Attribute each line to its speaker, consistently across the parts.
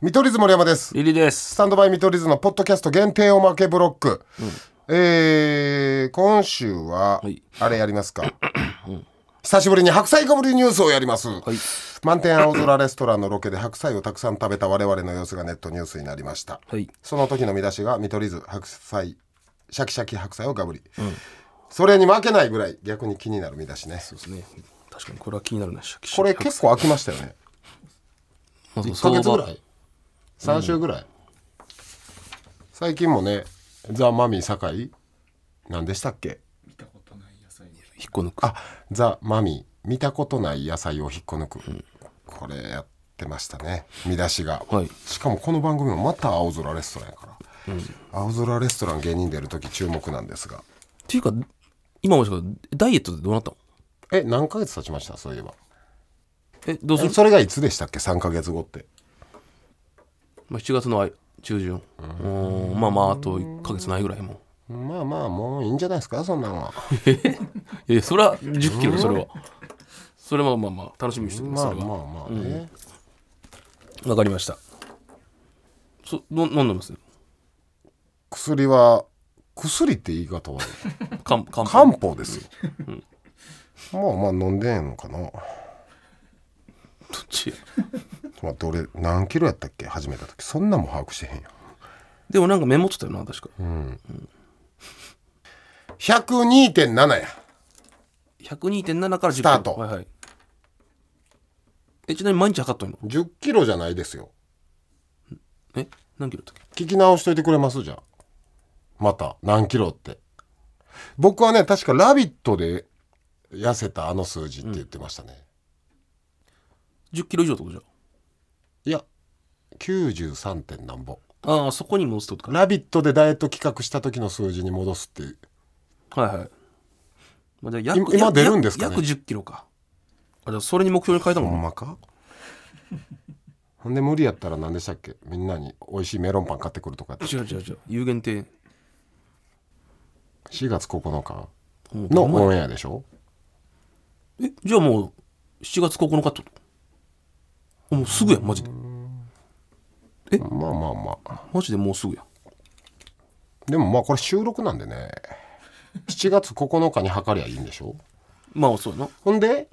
Speaker 1: 見取り図森山です
Speaker 2: リリで
Speaker 1: ス
Speaker 2: す。
Speaker 1: タンドバイ見取り図のポッドキャスト限定おまけブロック、えー今週は
Speaker 2: はい
Speaker 1: あれやりますか、久しぶりに白菜かぶりニュースをやります、満天青空レストランのロケで白菜をたくさん食べた我々の様子がネットニュースになりました、
Speaker 2: はい。
Speaker 1: その時の見出しが見取り図白菜シャキシャキ白菜をがぶり、それに負けないぐらい逆に気になる見出しね
Speaker 2: そうですね。確かにこれは気になるな、シャキシャ
Speaker 1: こ
Speaker 2: キ
Speaker 1: れ結構空きましたよね
Speaker 2: まあそう
Speaker 1: 1ヶ月ぐら
Speaker 2: 相
Speaker 1: い3週ぐらい、最近もねザ・マミィ堺何でしたっけ
Speaker 2: 場引っこ抜く。
Speaker 1: あザ・マミィ見たことない野菜を引っこ抜く、これやってましたね見出しが、
Speaker 2: はい
Speaker 1: しかもこの番組もまた青空レストランやから、青空レストラン芸人出る時注目なんですが
Speaker 2: っていうか、今もしかしてダイエットってどうなったの
Speaker 1: え何ヶ月経ちましたそういえば
Speaker 2: え、どうす
Speaker 1: え
Speaker 2: る
Speaker 1: それがいつでしたっけ3ヶ月後って
Speaker 2: まあ ?7 月のあい中旬。おーまあまあ、あと1ヶ月ないぐらいも
Speaker 1: まあまあもういいんじゃないですかそんなん は
Speaker 2: う。いやいや、それは10キロ、それは。それはまあまあ、楽しみにしてくだ
Speaker 1: ま
Speaker 2: さ
Speaker 1: あ
Speaker 2: い。
Speaker 1: まあまあね、
Speaker 2: わかりました。そ、の飲んでます
Speaker 1: 薬は薬って言い方は
Speaker 2: かん、かん。
Speaker 1: 漢方ですよ、まあまあ飲んでんやのかな、
Speaker 2: どっちや
Speaker 1: まあ、どれ何キロやったっけ始めた時そんなんも把握してへんや
Speaker 2: でもなんかメモってたよな、確か。
Speaker 1: 102.7や
Speaker 2: 102.7から10
Speaker 1: ス
Speaker 2: キロ。
Speaker 1: タート
Speaker 2: はいはい。え、ちなみに毎日測っとんの
Speaker 1: 1 0キロじゃないですよ
Speaker 2: え何キロだったっ
Speaker 1: 聞き直しといてくれますじゃあまた何キロって僕はね確か「ラビット!」で痩せたあの数字って言ってましたね、
Speaker 2: け ?10 キロ以上ってことじゃん。
Speaker 1: いや93点なんぼ
Speaker 2: ああそこに戻すって
Speaker 1: 「
Speaker 2: こと
Speaker 1: ラビット!」でダイエット企画した時の数字に戻すっていう
Speaker 2: かはいはい、まあ、じゃあ
Speaker 1: 今今出るんですかね
Speaker 2: 約約10キロかあじゃあそれに目標に変えたも
Speaker 1: ほ
Speaker 2: ん
Speaker 1: ん
Speaker 2: な
Speaker 1: まか ほんで無理やったら何でしたっけみんなに美味しいメロンパン買ってくるとかやって
Speaker 2: 違う違う違う有限定
Speaker 1: 4月9日
Speaker 2: もう
Speaker 1: の
Speaker 2: ほんま
Speaker 1: オ
Speaker 2: や
Speaker 1: ンエアでしょ
Speaker 2: えじゃあもう7月9日ってこともうすぐやんマジで
Speaker 1: まあまあまあ
Speaker 2: マジでもうすぐやん
Speaker 1: でもまあこれ収録なんでね7月9日に測りゃいいんでしょ
Speaker 2: まあそうやな
Speaker 1: ほんで、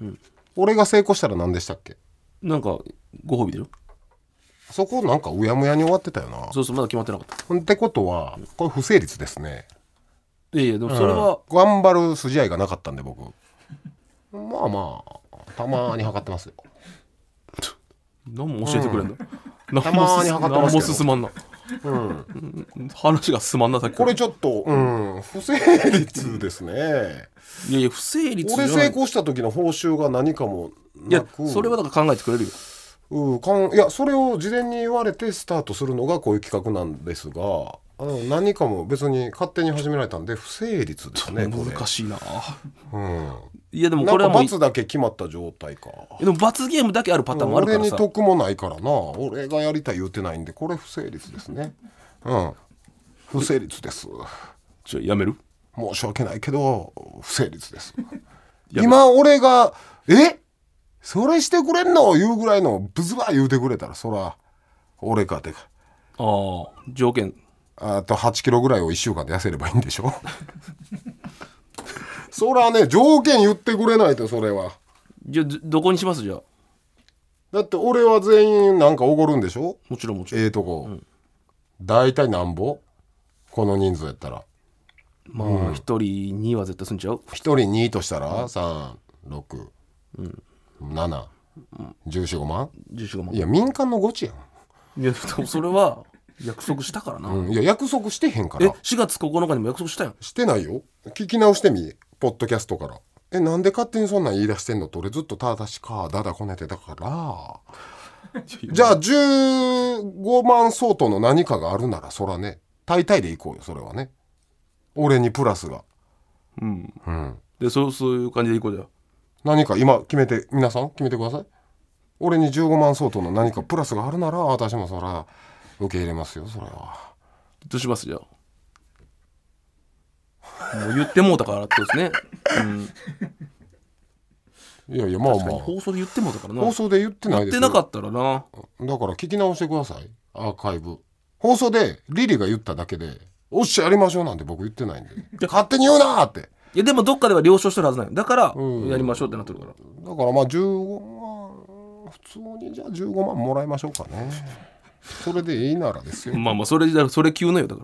Speaker 1: 俺が成功したら何でしたっけ
Speaker 2: なんかご褒美出る
Speaker 1: そこなんかうやむやに終わってたよな
Speaker 2: そうそうまだ決まってなかった
Speaker 1: ほんってことはこれ不成立ですね
Speaker 2: いやいやでもそれは、
Speaker 1: 頑張る筋合いがなかったんで僕まあまあたまーに測ってますよ
Speaker 2: 何も教えてくれんの、何
Speaker 1: た
Speaker 2: も
Speaker 1: まーに
Speaker 2: 進
Speaker 1: 測ってますけど
Speaker 2: 何も進まんな、うん、話が進まんなさっきか
Speaker 1: こ
Speaker 2: ら
Speaker 1: れちょっと、うん、不成立ですね。
Speaker 2: いやいや不成立じゃ
Speaker 1: 俺
Speaker 2: な
Speaker 1: 成
Speaker 2: い
Speaker 1: 功した時の報酬が何かも
Speaker 2: いや
Speaker 1: なく、
Speaker 2: それはだから考えてくれるよ
Speaker 1: うん、かんいや、それを事前に言われてスタートするのがこういう企画なんですが、あの何かも別に勝手に始められたんで不成立ですね。これ
Speaker 2: 難しいな
Speaker 1: う
Speaker 2: いやでも
Speaker 1: ん、な
Speaker 2: こ
Speaker 1: ん
Speaker 2: れ
Speaker 1: か
Speaker 2: はもうい
Speaker 1: 罰だけ決まった状態か。
Speaker 2: でも罰ゲームだけあるパターンもあるか
Speaker 1: 俺
Speaker 2: ら
Speaker 1: に
Speaker 2: さ
Speaker 1: 得もないからな、俺がやりたい言うてないんで、これ不成立ですね。うん、不成立です。
Speaker 2: ちょやめる
Speaker 1: 申し訳ないけど不成立です
Speaker 2: やめ
Speaker 1: 今俺が「えそれしてくれんの?」言うぐらいのブズバー言うてくれたらそら俺かてか
Speaker 2: ああ条件
Speaker 1: あと8キロぐらいを1週間で痩せればいいんでし ょそらね条件言ってくれないとそれは
Speaker 2: じゃあどどこにしますじゃあ
Speaker 1: だって俺は全員なんかおごるんでしょ
Speaker 2: もちろんもちろん
Speaker 1: ええとこ、大体なんぼこの人数やったら
Speaker 2: まあ一人には絶対すんちゃう
Speaker 1: 1人2としたら367、7 14 15万
Speaker 2: 15万
Speaker 1: いや民間のゴチやん、
Speaker 2: いやでもそれは約束したからな、
Speaker 1: うん、いや約束してへんか
Speaker 2: え
Speaker 1: ら
Speaker 2: 4月9日にも約束したやん
Speaker 1: してないよ聞き直してみポッドキャストからえなんで勝手にそんなん言い出してんのって俺ずっとただしかだだこねてたから じゃあ15万相当の何かがあるならそらね大体でいこうよそれはね俺にプラスが
Speaker 2: うん
Speaker 1: うん
Speaker 2: でそうそういう感じでいこうじゃあ
Speaker 1: 何か今決めて皆さん決めてください俺に15万相当の何かプラスがあるなら私もそら受け入れますよそれは
Speaker 2: どうしますじゃあもう言ってもうたからってことですね、うん、
Speaker 1: いやいやまあまあ
Speaker 2: 放送で言ってもうたからな
Speaker 1: 放送で言ってない
Speaker 2: 言
Speaker 1: で
Speaker 2: っ
Speaker 1: す
Speaker 2: て
Speaker 1: よ
Speaker 2: なかったらな
Speaker 1: だから聞き直してくださいアーカイブ放送でリリが言っただけで「おっしゃやりましょう」なんて僕言ってないんで勝手に言うなーって
Speaker 2: いやでもどっかでは了承してるはずなんよだから
Speaker 1: うん
Speaker 2: やりましょうってなってるから、
Speaker 1: だからまあ15万普通にじゃあ15万もらいましょうかねそれでいいならですよ
Speaker 2: まあまあそれだそれ急のよだか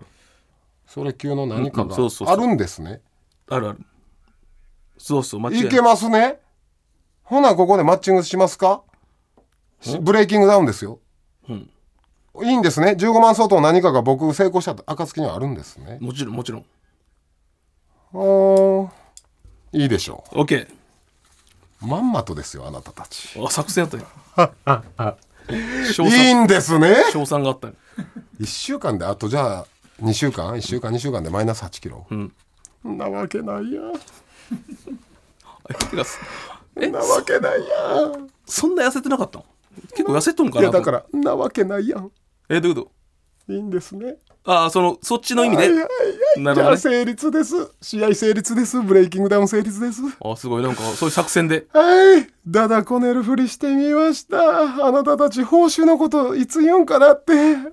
Speaker 1: それ級の何か
Speaker 2: うんう
Speaker 1: が
Speaker 2: んそうそうそう
Speaker 1: あるんですね
Speaker 2: らあるあるそうそう間違い
Speaker 1: い
Speaker 2: ない
Speaker 1: けますねほなここでマッチングしますかしブレイキングダウンですよ
Speaker 2: うん、
Speaker 1: いいんですね15万相当の何かが僕成功した暁にはあるんですね
Speaker 2: もちろんもちろん
Speaker 1: おーいいでしょ
Speaker 2: OK
Speaker 1: うまんまとですよあなたたち
Speaker 2: あ作戦やったよ 賞
Speaker 1: い
Speaker 2: 賛
Speaker 1: いんですね
Speaker 2: 賞賛があったよ
Speaker 1: 1週間であとじゃあ2週間1週間2週間でマイナス8キロ
Speaker 2: うん
Speaker 1: んなわけないやん
Speaker 2: あてかそ
Speaker 1: なわけないやん
Speaker 2: そんな痩せてなかったの結構痩せとんか
Speaker 1: い
Speaker 2: な
Speaker 1: やだからんなわけないやん
Speaker 2: えどういうこ
Speaker 1: いいんですね
Speaker 2: とああそのそっちの意味
Speaker 1: はいはい
Speaker 2: で
Speaker 1: はい、
Speaker 2: なるほどね
Speaker 1: じゃあ成立です試合成立ですブレイキングダウン成立です
Speaker 2: あすごいなんかそういう作戦で
Speaker 1: はいダダこねるふりしてみましたあなたたち報酬のこといつ言うんかなって6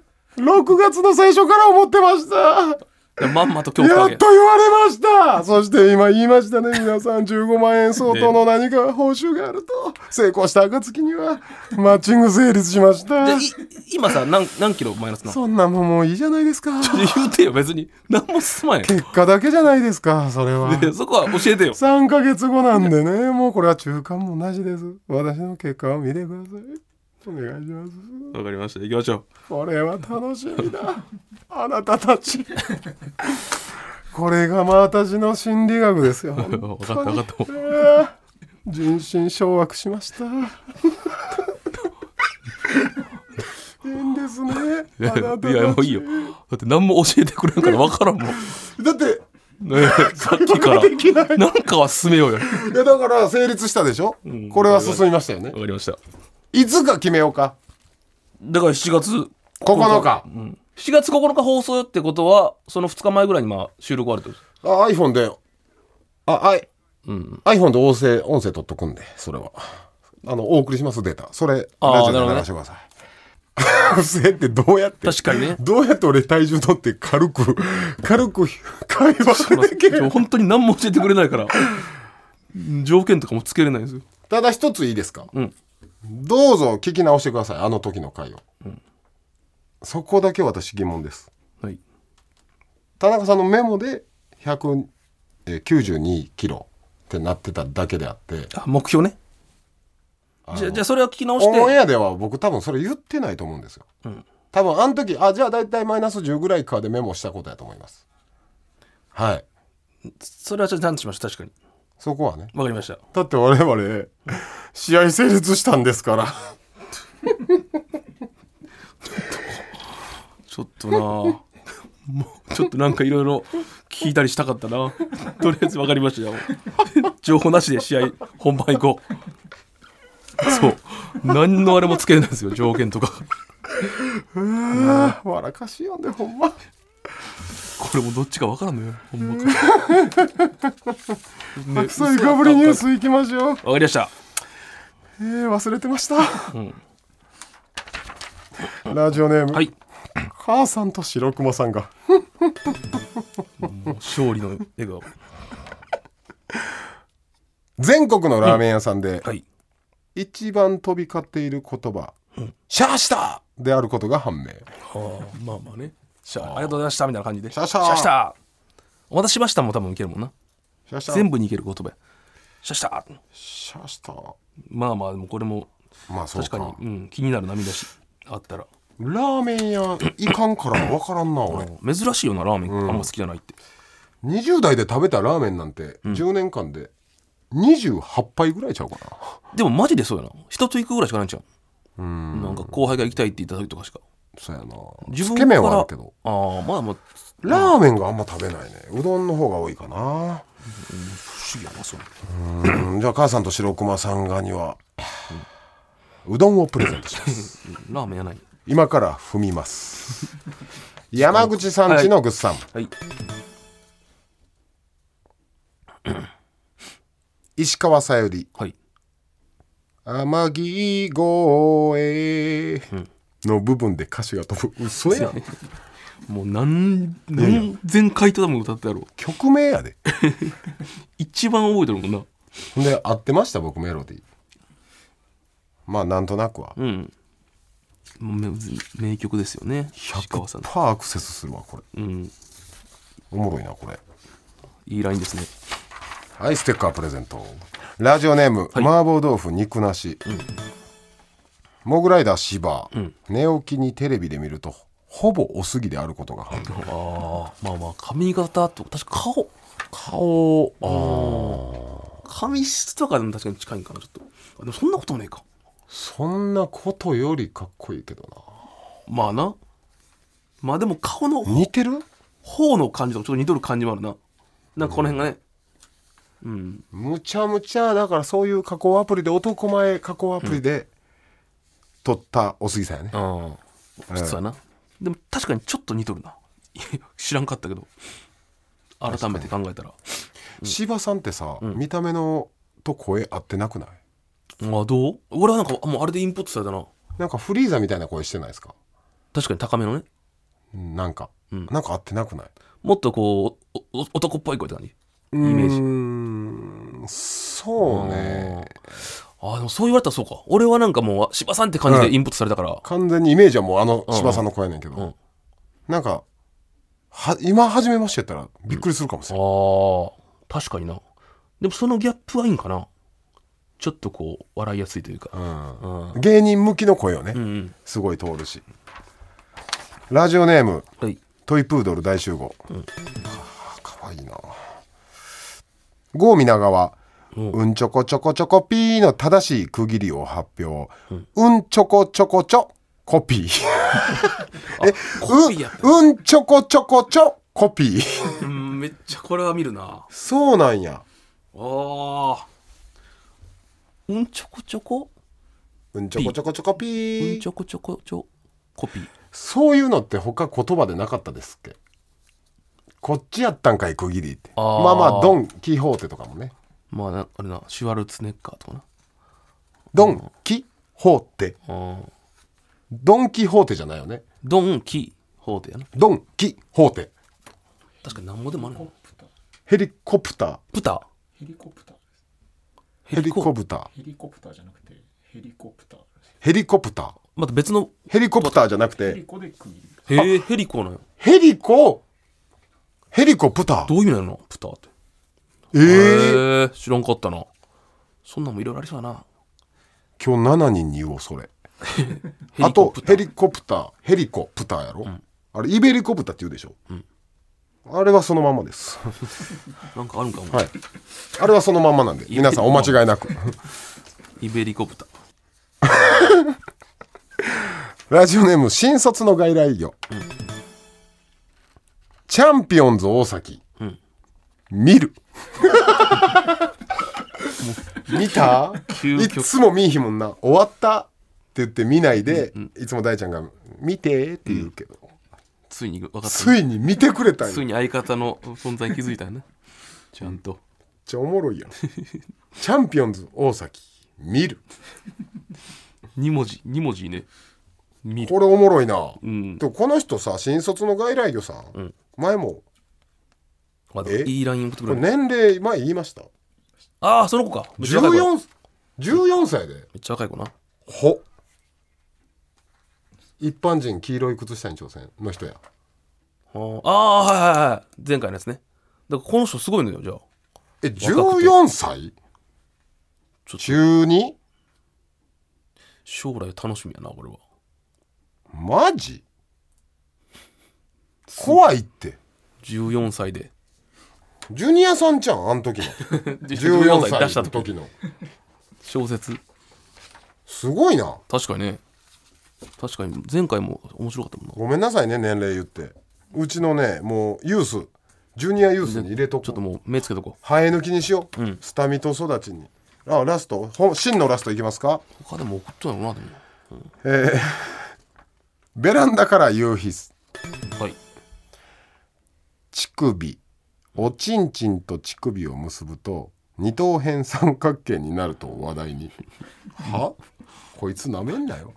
Speaker 1: 月の最初から思ってました
Speaker 2: まんまと今日
Speaker 1: やっ
Speaker 2: か
Speaker 1: と
Speaker 2: け
Speaker 1: 言われましたそして今言いましたね皆さん15万円相当の何か報酬があると成功した暁にはマッチング成立しました
Speaker 2: でい今さ何何キロマイナスなの
Speaker 1: そんなもんもういいじゃないですか
Speaker 2: 言うてよ別に何も進まへん
Speaker 1: 結果だけじゃないですかそれは
Speaker 2: でそこは教えてよ
Speaker 1: 3ヶ月後なんでねもうこれは中間もなしです私の結果を見てくださいお願いします
Speaker 2: わかりました行きましょう
Speaker 1: これは楽しみだあなたたちこれがまあ私の心理学ですよ本
Speaker 2: 分か
Speaker 1: 当
Speaker 2: った分
Speaker 1: に
Speaker 2: かったもう
Speaker 1: あー人心掌握しましたいいんですね
Speaker 2: いや
Speaker 1: あなたたち
Speaker 2: いやもういいよだって何も教えてくれんから分からんもん
Speaker 1: だって
Speaker 2: ねえさっきから
Speaker 1: できない
Speaker 2: なんかは進めようよわ
Speaker 1: いやだから成立したでしょ、
Speaker 2: ん
Speaker 1: これは進みましたよね
Speaker 2: かりました
Speaker 1: いつか決めようか
Speaker 2: だから7月9
Speaker 1: 9日
Speaker 2: うん、7月9日放送ってことはその2日前ぐらいにまあ収録あるってことです
Speaker 1: あ iPhone であ、I
Speaker 2: うん
Speaker 1: iPhone で音声音声取っとくんでそれはあのお送りしますデータそれ
Speaker 2: あー
Speaker 1: ラジオ
Speaker 2: なるほ
Speaker 1: で
Speaker 2: どね
Speaker 1: 流してください 不正ってどうやって
Speaker 2: 確かにね
Speaker 1: どうやって俺体重取って軽 く軽く会話ができ
Speaker 2: ちょ
Speaker 1: る
Speaker 2: 本当に何も教えてくれないからうん条件とかもつけれないんですよ
Speaker 1: ただ一ついいですか、
Speaker 2: うん
Speaker 1: どうぞ聞き直してくださいあの時の回を、そこだけ私疑問です
Speaker 2: はい
Speaker 1: 田中さんのメモで192キロってなってただけであって
Speaker 2: あ目標ねじゃあじゃあそれを聞き直し
Speaker 1: オンエ
Speaker 2: て
Speaker 1: アでは僕多分それ言ってないと思うんですよ、
Speaker 2: うん
Speaker 1: 多分あの時あじゃあ大体マイナス10ぐらいかでメモしたことやと思いますはい
Speaker 2: それはちょっと何としましょう確かに
Speaker 1: そこはね
Speaker 2: わかりました
Speaker 1: だって我々試合成立したんですから
Speaker 2: ちょっとなあもうちょっとなんかいろいろ聞いたりしたかったなとりあえずわかりましたよ情報なしで試合本番行こうそう何のあれもつけれないですよ条件とか
Speaker 1: ああ笑かしよんでほんま
Speaker 2: これもどっちかわからんのよほんまかね
Speaker 1: 白菜かぶりニュースいきましょう
Speaker 2: わかりました
Speaker 1: えー、忘れてました、ラジオネーム、
Speaker 2: はい
Speaker 1: 母さんと白熊さんが
Speaker 2: もう勝利の笑顔
Speaker 1: 全国のラーメン屋さんで
Speaker 2: はい
Speaker 1: 一番飛び交っている言葉「シャーした!」であることが判明
Speaker 2: あーまあまあねしゃあありがとうございましたみたいな感じで
Speaker 1: シャシャ
Speaker 2: シャシャお待たせしましたも多分いけるもんな
Speaker 1: シャーした
Speaker 2: 全部にいける言葉やシャシャ
Speaker 1: シャーした
Speaker 2: まあまあでもこれも
Speaker 1: まあそうか
Speaker 2: 確かにうん、気になる涙しあったら
Speaker 1: ラーメン屋いかんから分からんな俺
Speaker 2: 珍しいよなラーメン、あんま好きじゃないって
Speaker 1: 20代で食べたラーメンなんて10年間で28杯ぐらいちゃうかな
Speaker 2: でもマジでそうやな人と行くぐらいしかないんちゃうなんか後輩が行きたいって言った時とかしか
Speaker 1: そうやな
Speaker 2: 自
Speaker 1: つ
Speaker 2: 分
Speaker 1: け麺はあ
Speaker 2: から
Speaker 1: るけど
Speaker 2: ああまあまあ
Speaker 1: ラーメンがあんま食べないねうどんの方が多いかな
Speaker 2: 不思議やなそれ
Speaker 1: うんじゃあ母さんと白熊さんがにはうどんをプレゼントします
Speaker 2: うんラーメンやない
Speaker 1: 今から踏みます山口さんちのぐっさん、
Speaker 2: はい
Speaker 1: 石川さゆり
Speaker 2: はい
Speaker 1: 「天城越え」
Speaker 2: うん
Speaker 1: の部分で歌詞が飛ぶ嘘やん
Speaker 2: もう何何千回と多分歌ったやろ
Speaker 1: 曲名やで
Speaker 2: 一番覚えてるもんな
Speaker 1: ほんで合ってました僕メロディーまあなんとなくは
Speaker 2: うんもう名名曲ですよね石川さんの
Speaker 1: パーアクセスするわこれ
Speaker 2: うん
Speaker 1: おもろいなこれ
Speaker 2: いいラインですね
Speaker 1: はいステッカープレゼントラジオネーム、麻婆豆腐肉なし、モグライダー芝、寝起きにテレビで見るとほぼおすぎであることが判明
Speaker 2: ああまあまあ髪型と確か顔顔ああ髪質とかでも確かに近いんかなちょっとあでもそんなこともねえか
Speaker 1: そんなことよりかっこいいけど
Speaker 2: まあなまあでも顔の
Speaker 1: な似てる
Speaker 2: 方の感じとかちょっと似とる感じもあるななんかこの辺がねうん、
Speaker 1: むちゃむちゃだからそういう加工アプリで男前加工アプリで撮ったお杉さんやね、
Speaker 2: ああ実はな、でも確かにちょっと似とるな 知らんかったけど改めて考えたら
Speaker 1: 芝さんってさ、見た目のと声合ってなくない
Speaker 2: まあどう俺はなんかもうあれでインプットされたな
Speaker 1: なんかフリーザみたいな声してないですか
Speaker 2: 確かに高めのね
Speaker 1: うんなんか、
Speaker 2: うん
Speaker 1: なんか合ってなくない
Speaker 2: もっとこうおお男っぽい声って感じ
Speaker 1: イ
Speaker 2: メー
Speaker 1: ー
Speaker 2: ジ
Speaker 1: ジそうね
Speaker 2: ああでもそう言われたらそうか俺はなんかもう芝さんって感じでインプットされたから、
Speaker 1: 完全にイメージはもうあの芝さんの声やねんけど、
Speaker 2: うん
Speaker 1: なんかは今初めましてやったらびっくりするかもしれない、
Speaker 2: ああ確かになでもそのギャップはいいんかなちょっとこう笑いやすいというか
Speaker 1: うん芸人向きの声をね、
Speaker 2: うんうん
Speaker 1: すごい通るしラジオネーム
Speaker 2: はい
Speaker 1: トイプードル大集合、はあかわいいな郷皆川
Speaker 2: うん
Speaker 1: うんちょこちょこちょこピーの正しい区切りを発表、うんちょこちょこちょコピーえ
Speaker 2: コピーやった
Speaker 1: うんうんちょこちょこちょコピー
Speaker 2: うんめっちゃこれは見るな
Speaker 1: そうなんや
Speaker 2: ああうんちょこちょこ
Speaker 1: うんちょこちょこちょこピー、
Speaker 2: うんちょこちょこちょコピー
Speaker 1: そういうのって他言葉でなかったですっけこっちやったんかい区切りって
Speaker 2: あー
Speaker 1: まあまあドン・キホーテとかもね
Speaker 2: まあなあれなシュワルツェネッカーとかな
Speaker 1: ドン・キホーテ
Speaker 2: うん
Speaker 1: ドン・キホーテじゃないよね
Speaker 2: ドン・キホーテやな
Speaker 1: ドン・キホーテ
Speaker 2: 確かに何もでもあるな
Speaker 3: プタ
Speaker 1: ヘリコプター
Speaker 2: プタ
Speaker 3: ヘリコプターです
Speaker 1: ヘリコ
Speaker 2: プ
Speaker 1: プター
Speaker 3: ヘリコプターじゃなくてヘリコプターです
Speaker 1: ヘリコプター
Speaker 2: また別の
Speaker 1: ヘリコプターじゃなく
Speaker 3: ヘリ
Speaker 1: て
Speaker 3: コで区切り
Speaker 2: へえヘリコなんや
Speaker 1: ヘリコヘリコプタ
Speaker 2: ど
Speaker 1: ー
Speaker 2: ういう意味なのプターって
Speaker 1: え
Speaker 2: へ
Speaker 1: ー、
Speaker 2: え知らんかったなそんなんもいろいろありそうやな
Speaker 1: 今日7人に言おうそれ
Speaker 2: ヘ
Speaker 1: あ
Speaker 2: リコ
Speaker 1: と
Speaker 2: プタ
Speaker 1: ヘ
Speaker 2: ー
Speaker 1: リコプターヘリコプターやろ、あれイベリコプターって言うでしょ、あれはそのまんまです
Speaker 2: なんかあるんかも、
Speaker 1: はいあれはそのまんまなんで皆さんお間違いなく
Speaker 2: イベリコプター
Speaker 1: ラジオネーム新卒の外来魚、チャンピオンズ大崎、見る見た
Speaker 2: 究
Speaker 1: い
Speaker 2: 極
Speaker 1: つも見んひもんな終わったって言って見ないで、いつも大ちゃんが「見て」って言うけど、
Speaker 2: ついに分かった
Speaker 1: ついに見てくれたんや
Speaker 2: ついに相方の存在に気づいたよねちゃんと
Speaker 1: めっちゃおもろいや んチャンピオンズ大崎見る
Speaker 2: 2文字2文字ね見る
Speaker 1: これおもろいな、
Speaker 2: ん
Speaker 1: でもこの人さ新卒の外来魚さん、前も
Speaker 2: あ
Speaker 1: え
Speaker 2: いいライン送って
Speaker 1: こ
Speaker 2: く
Speaker 1: れ
Speaker 2: れる
Speaker 1: 年齢前言いました
Speaker 2: ああその子かめっちゃ若い子めっ
Speaker 1: 14, 14歳で
Speaker 2: ちゃ若い子な
Speaker 1: ほ一般人黄色い靴下に挑戦の人や
Speaker 2: あーあーはいはいはい前回のやつねだからこの人すごいのよじゃあ
Speaker 1: え
Speaker 2: 若くて
Speaker 1: 14歳
Speaker 2: ちょっと
Speaker 1: 中 2?
Speaker 2: 将来楽しみやなこれは
Speaker 1: マジ怖いって
Speaker 2: 14歳で
Speaker 1: ジュニアさんじゃんあん 時の14歳
Speaker 2: 出した
Speaker 1: の
Speaker 2: 時
Speaker 1: 時の
Speaker 2: 小説
Speaker 1: すごいな
Speaker 2: 確かにね確かに前回も面白かったもんな
Speaker 1: ごめんなさいね年齢言ってうちのねもうユースジュニアユースに入れと
Speaker 2: ちょっ
Speaker 1: こ
Speaker 2: ともう目つけとこう
Speaker 1: 生え抜きにしよう、スタミと育ちにあラストほん真のラストいきますか
Speaker 2: 他でも送ったのなでも
Speaker 1: ベランダから夕日
Speaker 2: はい
Speaker 1: 乳首おちんちんと乳首を結ぶと二等辺三角形になると話題にはこいつなめんなよ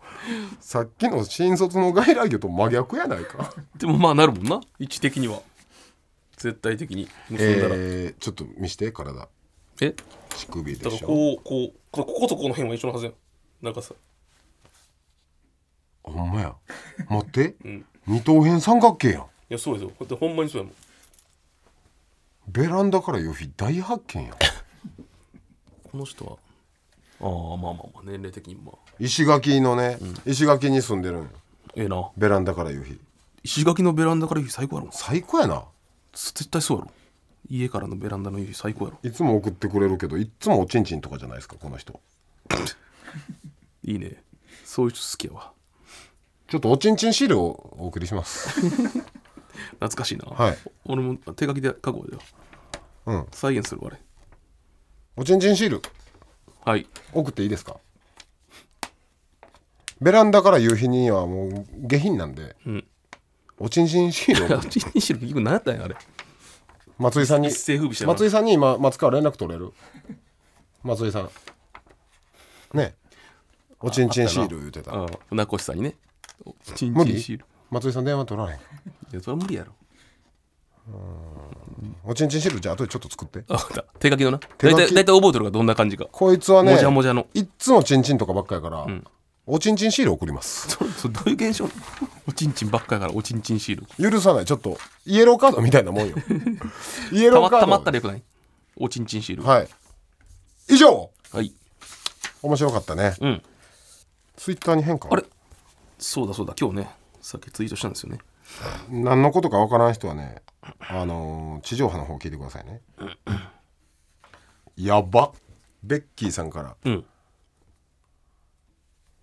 Speaker 1: さっきの新卒の外来魚と真逆やないか
Speaker 2: でもまあなるもんな位置的には絶対的に結んだらえ
Speaker 1: えー、ちょっと見して体乳首
Speaker 2: だ
Speaker 1: で
Speaker 2: から
Speaker 1: しょ
Speaker 2: こうこうこことこの辺は一緒のはずやんなんかさ
Speaker 1: ほんまや待って、
Speaker 2: ん
Speaker 1: 二等辺三角形やん
Speaker 2: いやそうですよだってほんまにそうやもん
Speaker 1: ベランダからよ日大発見やん
Speaker 2: この人はああまあまあまあ年齢的にまあ
Speaker 1: 石垣のね、石垣に住んでるんよ
Speaker 2: ええな
Speaker 1: ベランダから夕日
Speaker 2: 石垣のベランダから夕日最高やろ
Speaker 1: 最高やな
Speaker 2: 絶対そうやろ家からのベランダの夕日最高やろ
Speaker 1: いつも送ってくれるけどいっつもおちんちんとかじゃないですかこの人
Speaker 2: いいねそういう人好きやわ
Speaker 1: ちょっとおちんちんシールをお送りします
Speaker 2: 懐かしいな、
Speaker 1: はい
Speaker 2: 俺も手書きで書こうよ
Speaker 1: うん
Speaker 2: 再現するわあれ
Speaker 1: おちんちんシール
Speaker 2: はい
Speaker 1: 送っていいですかベランダから夕日にはもう下品なんで、
Speaker 2: ん
Speaker 1: おちんちんシ ールを
Speaker 2: うちにしろ結局何やったんやあれ
Speaker 1: 松井さんに
Speaker 2: 一世風靡したな
Speaker 1: 松井さんに今松川連絡取れる松井さんねおちんちんシール言うてた
Speaker 2: ああ船越さんにねおチン
Speaker 1: 無
Speaker 2: チン
Speaker 1: 理
Speaker 2: シール
Speaker 1: 松井さん電話取らへん
Speaker 2: いやそれは無理やろ
Speaker 1: おちんちんシールじゃあ後でちょっと作って
Speaker 2: あ分かった手書きのな
Speaker 1: 手書き
Speaker 2: 大体大体覚えてるからどんな感じか
Speaker 1: こいつはね
Speaker 2: もじゃもじゃの
Speaker 1: いっつもチンチンとかばっかやから、おちんちんシール送ります
Speaker 2: それそれどういう現象なのおちんちんばっかやからおちんちんシール
Speaker 1: 許さないちょっとイエローカードみたいな もんよイエ
Speaker 2: た
Speaker 1: ロー
Speaker 2: ま
Speaker 1: カード
Speaker 2: たまったらよくないおちんちんシール
Speaker 1: はい以上
Speaker 2: はい
Speaker 1: 面白かったね
Speaker 2: うん
Speaker 1: ツイッターに変化
Speaker 2: あれそうだそうだ今日ねさっきツイートしたんですよね
Speaker 1: 何のことかわからん人はねあのー地上波の方聞いてくださいね やばベッキーさんから
Speaker 2: うん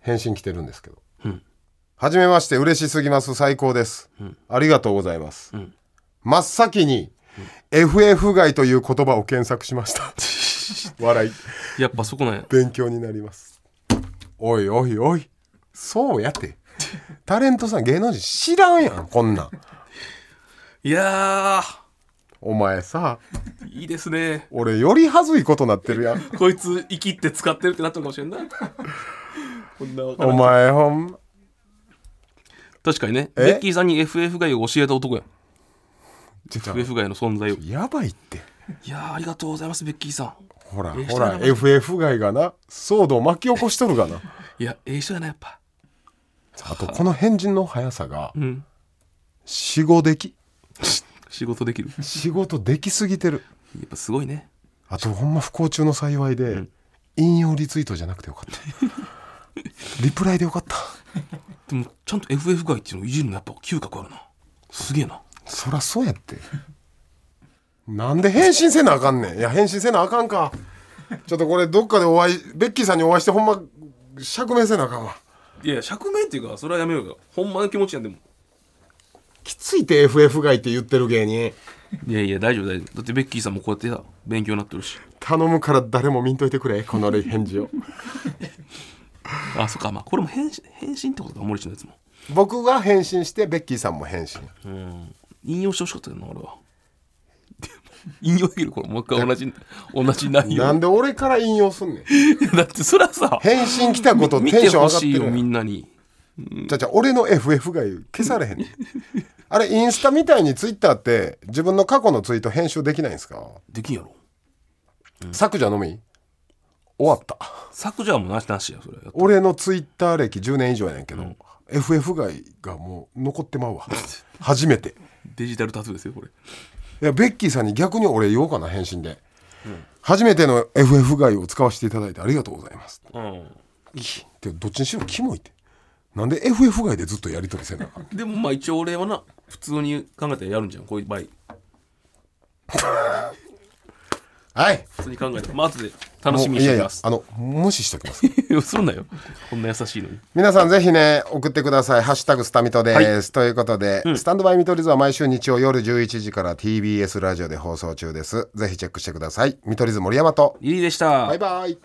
Speaker 1: 返信来てるんですけど
Speaker 2: うん
Speaker 1: はじめまして嬉しすぎます最高です、ありがとうございます、
Speaker 2: ん
Speaker 1: 真っ先に FF 外という言葉を検索しました 笑い
Speaker 2: やっぱそこなんや
Speaker 1: 勉強になりますおいおいおいそうやってタレントさん芸能人知らんやんこんなん
Speaker 2: いや
Speaker 1: お前さ
Speaker 2: ーいいですね
Speaker 1: 俺より恥ずいことなってるや ん
Speaker 2: こいつ生きって使ってるってなったのかもしれんなこんなわからん
Speaker 1: お前ほん
Speaker 2: 確かにね
Speaker 1: え
Speaker 2: ベッキーさんに FF 外を教えた男や
Speaker 1: ちょちょ
Speaker 2: FF 外の存在をい
Speaker 1: やばいって
Speaker 2: やーありがとうございますベッキーさん
Speaker 1: ほら
Speaker 2: え
Speaker 1: ほ
Speaker 2: 知らな
Speaker 1: ら
Speaker 2: かった
Speaker 1: FF 外がな騒動を巻き起こしとるがない
Speaker 2: やええ人やなやっぱ
Speaker 1: あとこの変人の速さが
Speaker 2: うん
Speaker 1: 死後でき
Speaker 2: 仕事できる
Speaker 1: 仕事できすぎてる
Speaker 2: やっぱすごいね
Speaker 1: あとほんま不幸中の幸いで、引用リツイートじゃなくてよかった リプライでよかった
Speaker 2: でもちゃんと FF 外っていうのをいじるのやっぱ嗅覚あるなすげえな
Speaker 1: そらそうやってなんで返信せなあかんねんいや返信せなあかんかちょっとこれどっかでお会いベッキーさんにお会いしてほんま釈明せなあかんわ
Speaker 2: いやいや釈明っていうかそれはやめようよほんまの気持ちやんでも
Speaker 1: きついって FF 外って言ってる芸人
Speaker 2: いやいや大丈夫大丈夫だってベッキーさんもこうやってさ勉強になってるし
Speaker 1: 頼むから誰も見んといてくれこの返事を
Speaker 2: あそっかまあこれも返信返信ってことか森氏のやつも
Speaker 1: 僕が返信してベッキーさんも返信
Speaker 2: うん引用してほしかったけどな俺は でも引用できるこれもう一回同じ同じ内容
Speaker 1: なんで俺から引用すんねん
Speaker 2: だってそれはさ
Speaker 1: 返信来たこと
Speaker 2: 見
Speaker 1: テ
Speaker 2: て
Speaker 1: ンション
Speaker 2: ほ
Speaker 1: 上がって
Speaker 2: しいよ
Speaker 1: る
Speaker 2: み
Speaker 1: やん
Speaker 2: んなに
Speaker 1: じゃあじゃあ俺の FF が消されへんねんあれインスタみたいにツイッターって自分の過去のツイート編集できないんですか、
Speaker 2: できんやろ
Speaker 1: 削除のみ終わった
Speaker 2: 削除はもうなしなしやそれは
Speaker 1: 俺のツイッター歴10年以上やねんけど、FF 外がもう残ってまうわ初めて
Speaker 2: デジタルタトゥーですよこれ
Speaker 1: いやベッキーさんに逆に俺言おうかな返信で、初めての FF 外を使わせていただいてありがとうございます
Speaker 2: う
Speaker 1: いいってどっちにしろキモいってなんで FF 外でずっとやり取りせんのかん
Speaker 2: んでもまあ一応俺はな普通に考えたらやるんじゃんこういう場合
Speaker 1: はい
Speaker 2: 普通に考えたらまあ後で楽しみ
Speaker 1: もう
Speaker 2: に
Speaker 1: い
Speaker 2: し
Speaker 1: や
Speaker 2: て
Speaker 1: い
Speaker 2: おき
Speaker 1: や
Speaker 2: ます
Speaker 1: あの無視しておきます
Speaker 2: すんなよこんな優しいのに
Speaker 1: 皆さんぜひね送ってください「ハッシュタグスタミト」です、ということで、スタンドバイ見取り図は毎週日曜夜11時から TBS ラジオで放送中ですぜひチェックしてください見取り図森山と
Speaker 2: リリーでした
Speaker 1: バイバイ